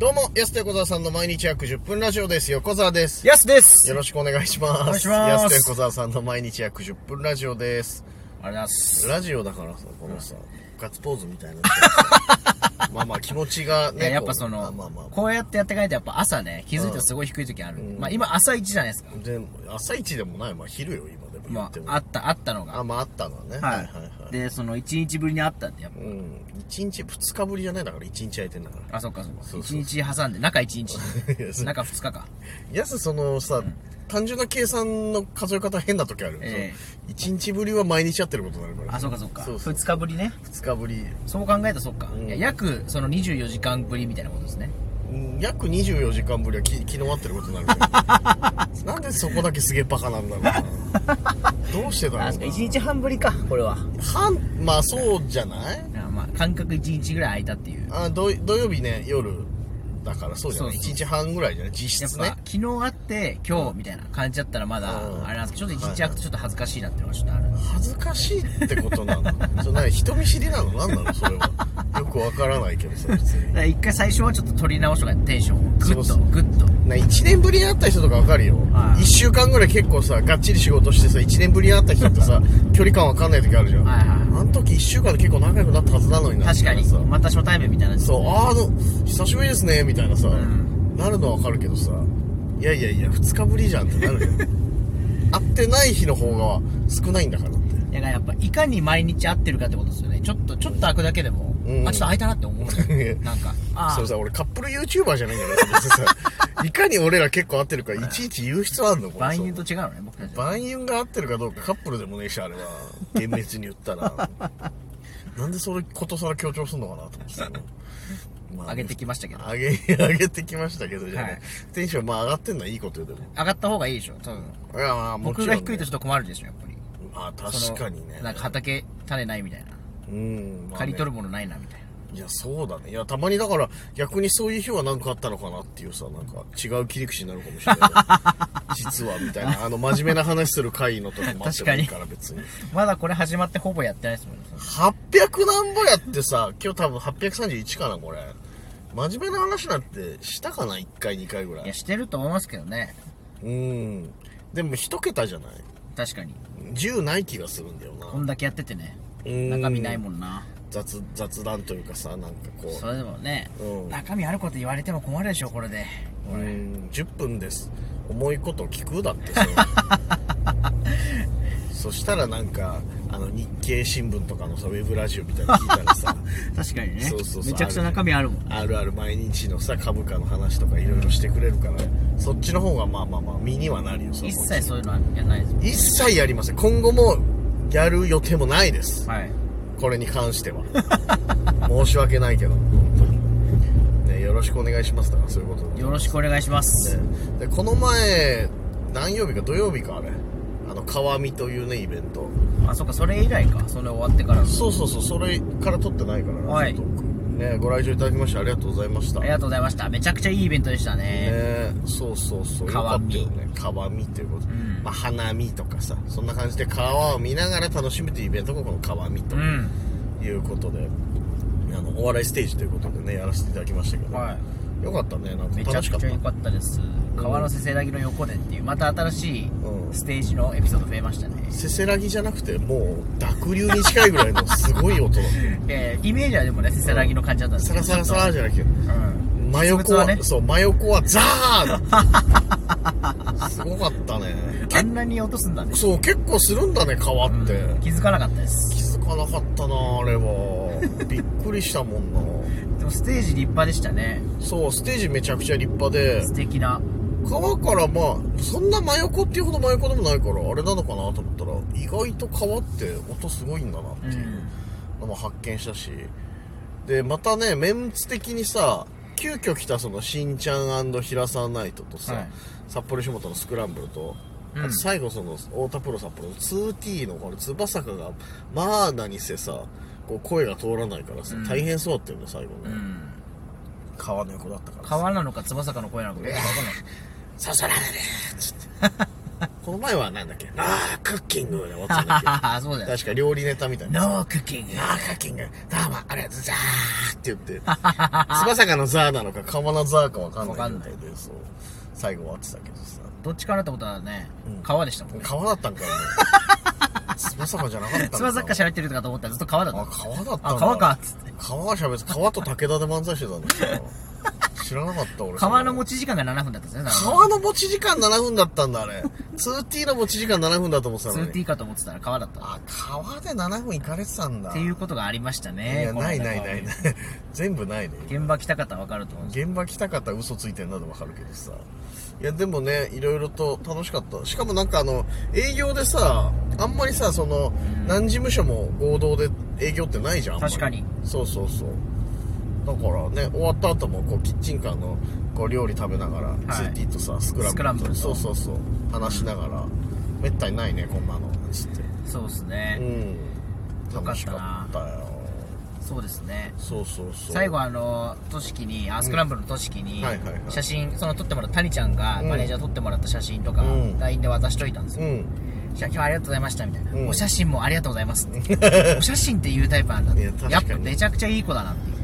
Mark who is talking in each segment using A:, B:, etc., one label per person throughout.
A: どうも、安手小沢さんの毎日約10分ラジオです。横澤です。
B: やすです
A: よろしくお願いします。
B: お願いします
A: 安手小沢さんの毎日約10分ラジオです。
B: ありがとうございます。
A: ラジオだからさ、このさ、ガッツポーズみたいな。まあまあ気持ちが
B: いや
A: ね。
B: やっぱその、
A: まあまあまあ。
B: こうやってやっていかないとやっぱ朝ね、気づいたらすごい低い時ある。まあ今朝一じゃないですか。
A: でも、朝一でもない。まあ昼よ、今でも言
B: ま
A: っても。
B: あ、あった、あったの
A: あ、
B: が。
A: まああったのはね。はいはいはい。
B: で、その1日ぶりにあったんで、やっ
A: うん。1日、2日ぶりじゃないだから、1日空いてんだから。
B: ぱ。あ、そっかそっか。
A: そう
B: 1
A: そう
B: 日挟んで、中1日。
A: いやそう
B: 中2日か。
A: やすそのさ、単純な計算の数え方変な時ある、
B: ええ
A: 1日ぶりは毎日やってることになるから
B: あ、そっかそっか。
A: そうそう
B: 2日ぶりね。
A: 2日ぶり
B: そう考えたらそっか。
A: ん
B: いや約その24時間ぶりみたいなことですね。
A: うん約24時間ぶりはき昨日会ってることになるから なんでそこだけすげえバカなんだろうなどうしてだろ
B: あ、
A: う
B: そっか、
A: な
B: 1日半ぶりか、これは。
A: 半まあそうじゃない
B: あまあ、間隔1日ぐらい空いたっていう。
A: あ土土曜日ね夜だからそうじゃない
B: そうそ
A: 1
B: う
A: 日半ぐらいじゃない
B: や
A: 実
B: っ
A: 質
B: ぱ、
A: ね
B: 昨日あって、今日みたいな感じだったらまだ
A: う、ん
B: あれなんですけど、ちょっと1日空くとちょっと恥ずかしいなっていうのがちょっとある。
A: 恥ずかしいってことなのそれ何人見知りなの何なのそれはよくわからないけどさ別に
B: だから一回最初はちょっと取り直しとかテンションをグッ
A: そ
B: と
A: うそう
B: グッと
A: な1年ぶりに会った人とかわかるよ、
B: はい
A: 1週間ぐらい結構さがっちり仕事してさ1年ぶりに会った人ってさ距離感わかんない時あるじゃん、
B: はいは
A: あの時1週間で結構仲良くなったはずなのにな
B: 確かに
A: みたいなさ
B: また初対面みたいな
A: そうあーあの久しぶりですねみたいなさ、
B: ん
A: なるのはわかるけどさいやいやいや2日ぶりじゃんってなる よ会ってない日の方が少ないんだからって
B: だからやっぱいかに毎日会ってるかってことですよねちょっとちょっと開くだけでも、
A: うん
B: あちょっと開いたなって 思うねなんかあ
A: それさ俺カップル YouTuber じゃないんだから別に さいかに俺ら結構会ってるかいちいち言う必要あんのこ
B: あ
A: れさ
B: 万有と違うのね僕たちは
A: 万有が合ってるかどうかカップルでもねえしあれは厳密に言った らなんでそれことさら強調すんのかなと思って たのま
B: 上げてきましたけど
A: 上げ上げてきましたけどじゃあね、
B: はい
A: テンションまあ上がってんのはいいことよでも
B: 上がった方がいいでしょ多分
A: いやまあも
B: 僕
A: ち
B: が
A: ろん、ね、
B: 低いとちょっと困るでしょやっぱり
A: まあ
B: そ
A: 確
B: の
A: かにね
B: なんか畑種ないみたいな、
A: うん、まあね
B: 刈り取るものないなみたいない
A: やそうだねいやたまにだから逆にそういう日は何かあったのかなっていうさなんか違う切り口になるかもしれ ない実はみたいなあの真面目な話する回の時もあってもいいから別に
B: まだこれ始まってほぼやってないですもんね
A: 800何ぼやってさ、今日多分831かな、これ。真面目な話なんてしたかな ?1 回、2回ぐら
B: いや
A: い。
B: してると思いますけどね
A: うん。でも一桁じゃない
B: 確かに
A: ?10 ない気がするんだよ
B: こ
A: な。
B: んだけやっててね
A: うん
B: 中身ないもんな
A: 雑、雑談というかさ、なんかこ
B: それでもね、
A: うん
B: 中身あること言われても困るでしょこれで
A: う、うん、10分です。重いこと聞くだって さ。そしたらなんか、あの日経新聞とかのさ、ウェブラジオみたいなの聞いたら さ、
B: 確かにね
A: そうそうそう
B: めちゃくちゃ中身あるもん
A: あるある毎日のさ株価の話とかいろいろしてくれるからそっちの方がまあまあまあ身にはなるよその
B: 一切そういうのはやんないです
A: 一切やりません今後もやる予定もないです
B: はい
A: これに関しては 申し訳ないけど本当にねよろしくお願いしますだからそういうことで
B: よろしくお願いします、
A: でこの前何曜日か土曜日かあれあの川見というねイベント
B: あそっかそれ以来かそれ終わってからの
A: そうそうそうそれから撮ってないからラジオトークねご来場いただきましてありがとうございました
B: ありがとうございましためちゃくちゃいいイベントでしたね
A: ねそうそうそう
B: 鏡
A: よかったよね鏡っていうこと、
B: ん
A: まあ、花見とかさそんな感じで川を見ながら楽しむというイベントがこの川見と
B: うん
A: いうことで、あのお笑いステージということでねやらせていただきましたけど、
B: は
A: よかったねなん
B: め
A: か
B: ちゃ
A: 楽しか
B: く
A: っ
B: ちゃ
A: た
B: 良かったです川のせせらぎの横でっていうまた新しい
A: うん
B: ステージのエピソード増えましたね、
A: せせらぎじゃなくてもう濁流に近いぐらいのすごい音 だった
B: えーイメージはでもねせせらぎの感じだったんです
A: サ
B: け
A: ラ
B: ど
A: サラサラじゃなくて
B: うん
A: 真横は
B: 実物はね
A: そう真横はザーだったすごかったね
B: あんなに落とすんだね、
A: そう結構するんだね川って、
B: うん気づかなかったです
A: 気づかなかったなあれはびっくりしたもんな
B: でもステージ立派でしたね
A: そうステージめちゃくちゃ立派で
B: 素敵な
A: 川からまあそんな真横っていうほど真横でもないからあれなのかなと思ったら意外と川って音すごいんだなっていうのも発見したしでまたねメンツ的にさ急遽来たそのしんちゃん平沢ナイトとさ、
B: はい
A: 札幌下本のスクランブルと、
B: うん
A: あと最後その太田プロ札幌の 2T のこの翼坂がまあ何せさこう声が通らないからさ、大変そうだったよね最後ね、
B: うん
A: 川の横だったからさ
B: 川なのか翼かの声なのかよくわかんない
A: 「そそられる!」っつって この前はなんだっけラークッキングで終わってたんだっけ
B: あ そうだよ。
A: 確か料理ネタみたいな。
B: ノークッキング。
A: ラークッキングどうもありがとうザーって言 って、つばさかのザーなのか、かまなザーかわかんないみたいで、そう。最後終わってたけどさ。
B: どっちかなってことはね
A: うん、
B: 川でしたもんね。
A: 川だったんかよ、も う。つばさかじゃなかったんだ。
B: つばさっか喋ってるとかと思ったらずっと川だった。
A: あ、川だったんだ。
B: あ川かっつって。
A: 川が喋って、川と武田で漫才してたんだけど。知らなかった、俺。
B: 川の持
A: ち。
B: ち時間が7分だったんですね。
A: 川の持ち時間7分だったんだ、あれ。2T の持ち時間7分だと思ってたのに。
B: 2T かと思ってたら川だった。
A: あ、川で7分行かれてたんだ。
B: っていうことがありましたね。
A: いや、
B: この
A: な
B: 中
A: い
B: は
A: ないないない。全部ないね。
B: 現場来た方わかると思うんです
A: 現場来た方嘘ついてんなでわかるけどさいやでもねいろいろと楽しかったしかもなんかあの営業でさあんまりさその何事務所も合同で営業ってないじゃんあんまり
B: 確かに
A: そうそうそうだからね終わった後もこうキッチンカーのこう料理食べながら、ツーティーとさスクランブル
B: スクランブルと
A: そうそうそう話しながら、めったにないねこんなのつっ て
B: そうです
A: う
B: ね。
A: ん
B: よか
A: 楽
B: っ
A: したか
B: な
A: ったよ
B: そうですね。
A: そうそうそう
B: 最後あの、としきに、あ、スクランブルのとしきに
A: はいはいはい、
B: 写真、その撮ってもらった谷ちゃんが、
A: うん
B: マネージャー撮ってもらった写真とか
A: う、ん
B: LINE で渡しといたんです
A: う
B: よ。
A: ん
B: じゃあ今日はありがとうございました、みたいな。
A: うん
B: お写真もありがとうございま すって。お写真っていうタイプなんだって
A: いや確かに
B: やっぱめちゃくちゃいい子だなっていう。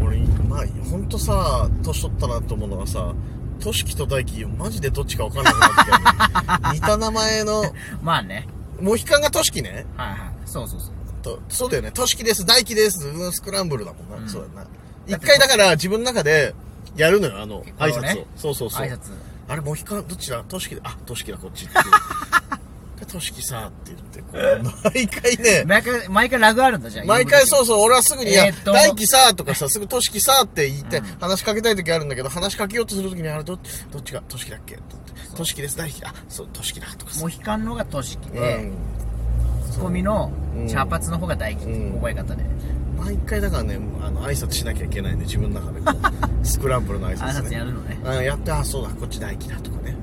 A: 俺まあほんとさ年取ったなと思うのがさとしきと大輝マジでどっちか分かんなくなってきたよね 似た名前の
B: まあね。
A: モヒカンがとしきね
B: はいはい。そうそうそう。
A: とそうだよねとしきです大輝ですうんスクランブルだもんな、
B: ん
A: そうだな一回だから自分の中でやるのよあの
B: こ
A: 挨
B: れ
A: 拶
B: を
A: を、
B: ね
A: そうそうそう
B: 挨拶。
A: あれモヒカンどっちだとしきだあとしきだこっちって言 うでとしきさって言ってこう毎回ね
B: 毎回、毎回ラグあるんだじゃ ん。
A: 毎回そうそう、俺はすぐに、いや
B: えーっと
A: 大輝さ、とかさ、すぐとしきさって言って、話しかけたい時あるんだけど、話しかけようとする時に、あれ、ど、どっちが、としきだっけととしきです、大輝だ。あ、そう、としきだ、とかさ
B: モ。ヒカンの方がトシキ
A: う
B: で、
A: ん。
B: ツッコミの
A: うん
B: 茶髪の方が大輝っていう覚え方で。
A: 毎回だからね、あの、挨拶しなきゃいけないんで、自分の中でこ う、スクランブルの挨
B: 挨
A: 拶
B: 拶や
A: ね。
B: るのね。
A: あやって、あ、そうだ、こっち大輝だ、とかね。
B: うん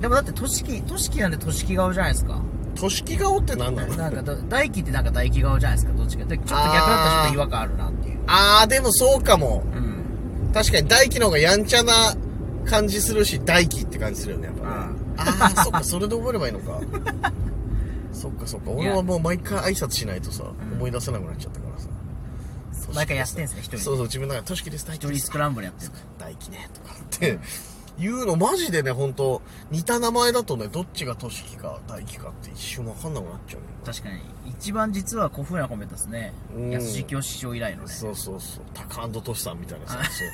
B: でもだって、トシキ、トシキなんでトシキ顔じゃないですか。
A: としき顔って何なの
B: なんかど、大輝ってなんか大輝顔じゃないですか、どっちか。でちょっと逆だったらちょっと違和感あるなっていう。
A: あー、でもそうかも。
B: うん。
A: 確かに大輝の方がやんちゃな感じするし大輝って感じするよねやっぱねああそっかそれで覚えればいいのか そっかそっか俺はもう毎回挨拶しないとさ、
B: ん
A: 思い出せなくなっちゃったからさ
B: 毎回やってんすね一人で
A: そうそう自分の中で「としきです大輝
B: 一
A: で
B: 人
A: す
B: スクランブルやってる。
A: 大輝ね」とかって言うのマジでね本当似た名前だとねどっちがとしきか大輝かって一瞬分かんなくなっちゃうね
B: 確かに。一番実は古風なコメントですね
A: うん。
B: 安井清志師匠以来のね。
A: そうそうそうタカアンドトシさんみたいな さそ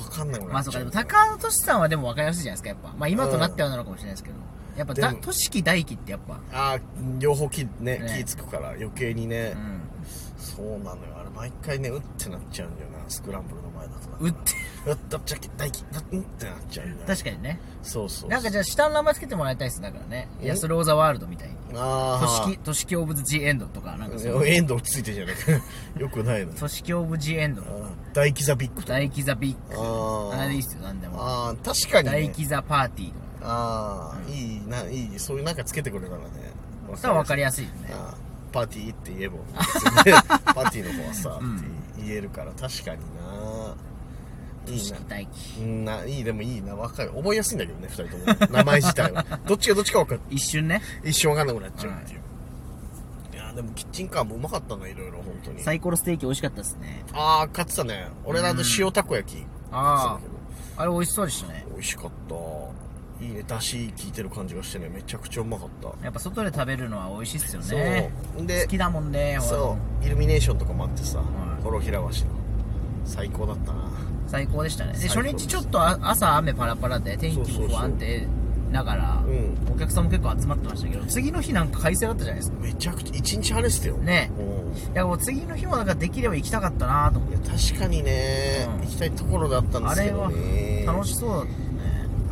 A: う分かんなく
B: ま
A: な
B: あ
A: っ
B: そう
A: ち
B: か、
A: ゃ
B: で
A: う
B: も
A: ね、
B: 高尾俊さんはでも分かりやすいじゃないですか、やっぱ。まあ今となってはなのかもしれないですけど。やっぱだ
A: で、も
B: 俊樹大輝ってやっぱ。
A: ああ両方気,、ね
B: ね
A: 気つくから余計にね、
B: うん。
A: そうなのよあれ毎回ねうってなっちゃうんだよなスクランブルの前だとだから
B: うって、
A: うっだっちゃけ大輝だうんってなっちゃうよね
B: 確かにね。
A: そうそう
B: なんかじ
A: ゃ
B: ゃあ下の名前つけてもらいたいです、だからね。
A: え
B: ヤスローザワールドみたいに。
A: ああ
B: 俊樹、俊樹オブジエンドとか、なんかそう。
A: エンド落ち着いてんじゃない かよくないの
B: 俊樹オブジエンド。
A: あー大輝ザビッグと
B: 大輝ザビッグ。
A: あ
B: あれでいいっすよ、なんでも。
A: あー確かに、
B: 大
A: ね、
B: 輝ザパーティーとか。
A: ああいいないいそういうなんかつけてくれたらね
B: そしたら分かり
A: や
B: やすいよね。
A: あーパーティーって 言えば別にねパーティーの方はさ、
B: うん
A: って言えるから確かにないい
B: 俊
A: な
B: 樹大輝。
A: うんないいでもいいな若い覚えやすいんだけどね2人とも名前自体は どっちがどっちか分かる
B: 一瞬ね、
A: 一生分かんなくなっちゃうっていう、い、やでもキッチンカーもうまかったないろいろ本当に
B: サイコロステーキ美味しかったですね。
A: ああ買ってたね俺らの塩たこ焼き買っ
B: あ
A: てたけ
B: あ。あれ美味しそうでしたね。
A: ど美味しかったいいねだし効いてる感じがしてねめちゃくちゃうまかった、
B: やっぱ外で食べるのは美味しいっすよね。
A: そうで
B: 好きだもんね、
A: そうイルミネーションとかもあってさ、
B: はい
A: コロヒラワシの最高だったな
B: 最高でしたねで
A: 最高
B: 初
A: です
B: 日ちょっとあ朝雨パラパラで天気も不安定ながら
A: うん
B: お客さんも結構集まってましたけど次の日なんか快晴だったじゃないですか
A: めちゃくちゃ一日晴れてたよ
B: ね
A: うん
B: いやもう次の日もなんかできれば行きたかったなと思っ
A: いや確かにね、
B: うん
A: 行きたいところだったんで
B: あ
A: すけ
B: れ
A: ど
B: は
A: ね
B: 楽しそうだったね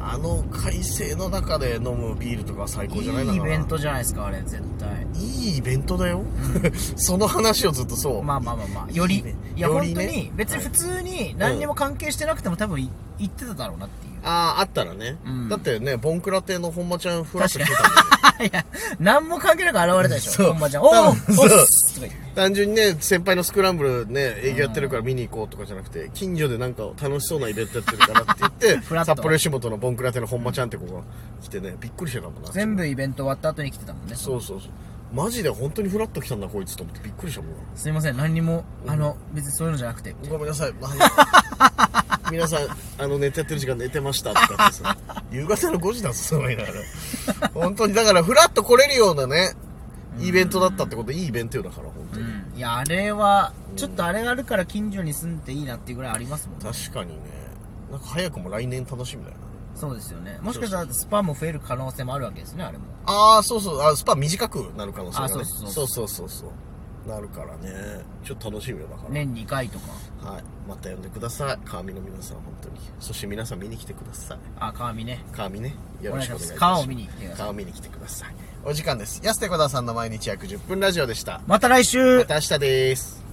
A: あの快晴の中で飲むビールとかは最高じゃないの
B: いい
A: か
B: イ
A: な
B: ベントじゃないですかあれ絶対
A: いいイベントだよ その話をずっとそう、
B: まあまあまあまあよ
A: いい
B: り
A: ね
B: いや
A: よ
B: 本
A: り
B: 当
A: ね
B: に別に普通に何にも関係してなくても多分い行ってただろうなっていう
A: あああったらね、
B: うん
A: だってねボンクラ亭の本間ちゃんフラッシュ来てたんだよ
B: いや、何も関係なく現れたでし
A: そう
B: ょ。本間ちゃん。おーおっ
A: そう
B: すとか言って。
A: 単純にね、先輩のスクランブルね、営業やってるから見に行こうとかじゃなくて、近所でなんか楽しそうなイベントやってるからって言っ
B: フラ
A: て、
B: ッと
A: 札幌吉本のボンクラテの本間ちゃんって子が来てね、びっくりしてたもんな。
B: 全部イベント終わった後に来てたもんね。
A: そうそうそう。マジで本当にフラッと来たんだこいつと思ってびっくりしたもんな。
B: すいません、何にも、あの、別にそういうのじゃなくて。
A: ごめんなさい。あ の皆さん、あの、寝てやってる時間寝てましたとかってさ、夕方の5時だぞ、そのいながら。本当に、だから、ふらっと来れるようなね、イベントだったってこと、いいイベントよだから、本当
B: う
A: に。
B: ん。いや、あれは、ちょっとあれがあるから近所に住んでいいなっていうぐらいありますもんね。
A: 確かにね、なんか早くも来年楽しみだよな。
B: そうですよね。もしかしたらスパも増える可能性もあるわけですね、あれも。
A: ああ、そうそう、あスパ短くなる可能性が、ね、
B: あそう
A: そ
B: そうう
A: そうそうそうなるからね、ちょっと楽しみよだから。
B: 年2回とか。
A: はい。また呼んでください。川見の皆さん、本当に。そして皆さん見に来てください。
B: あ、川見ね。
A: 川見ね。よろしくお願いします。
B: 川を見に行ってください。
A: 顔見に来てくださいお時間です安手小田さんの毎日約10分ラジオでした
B: また来週
A: また明日です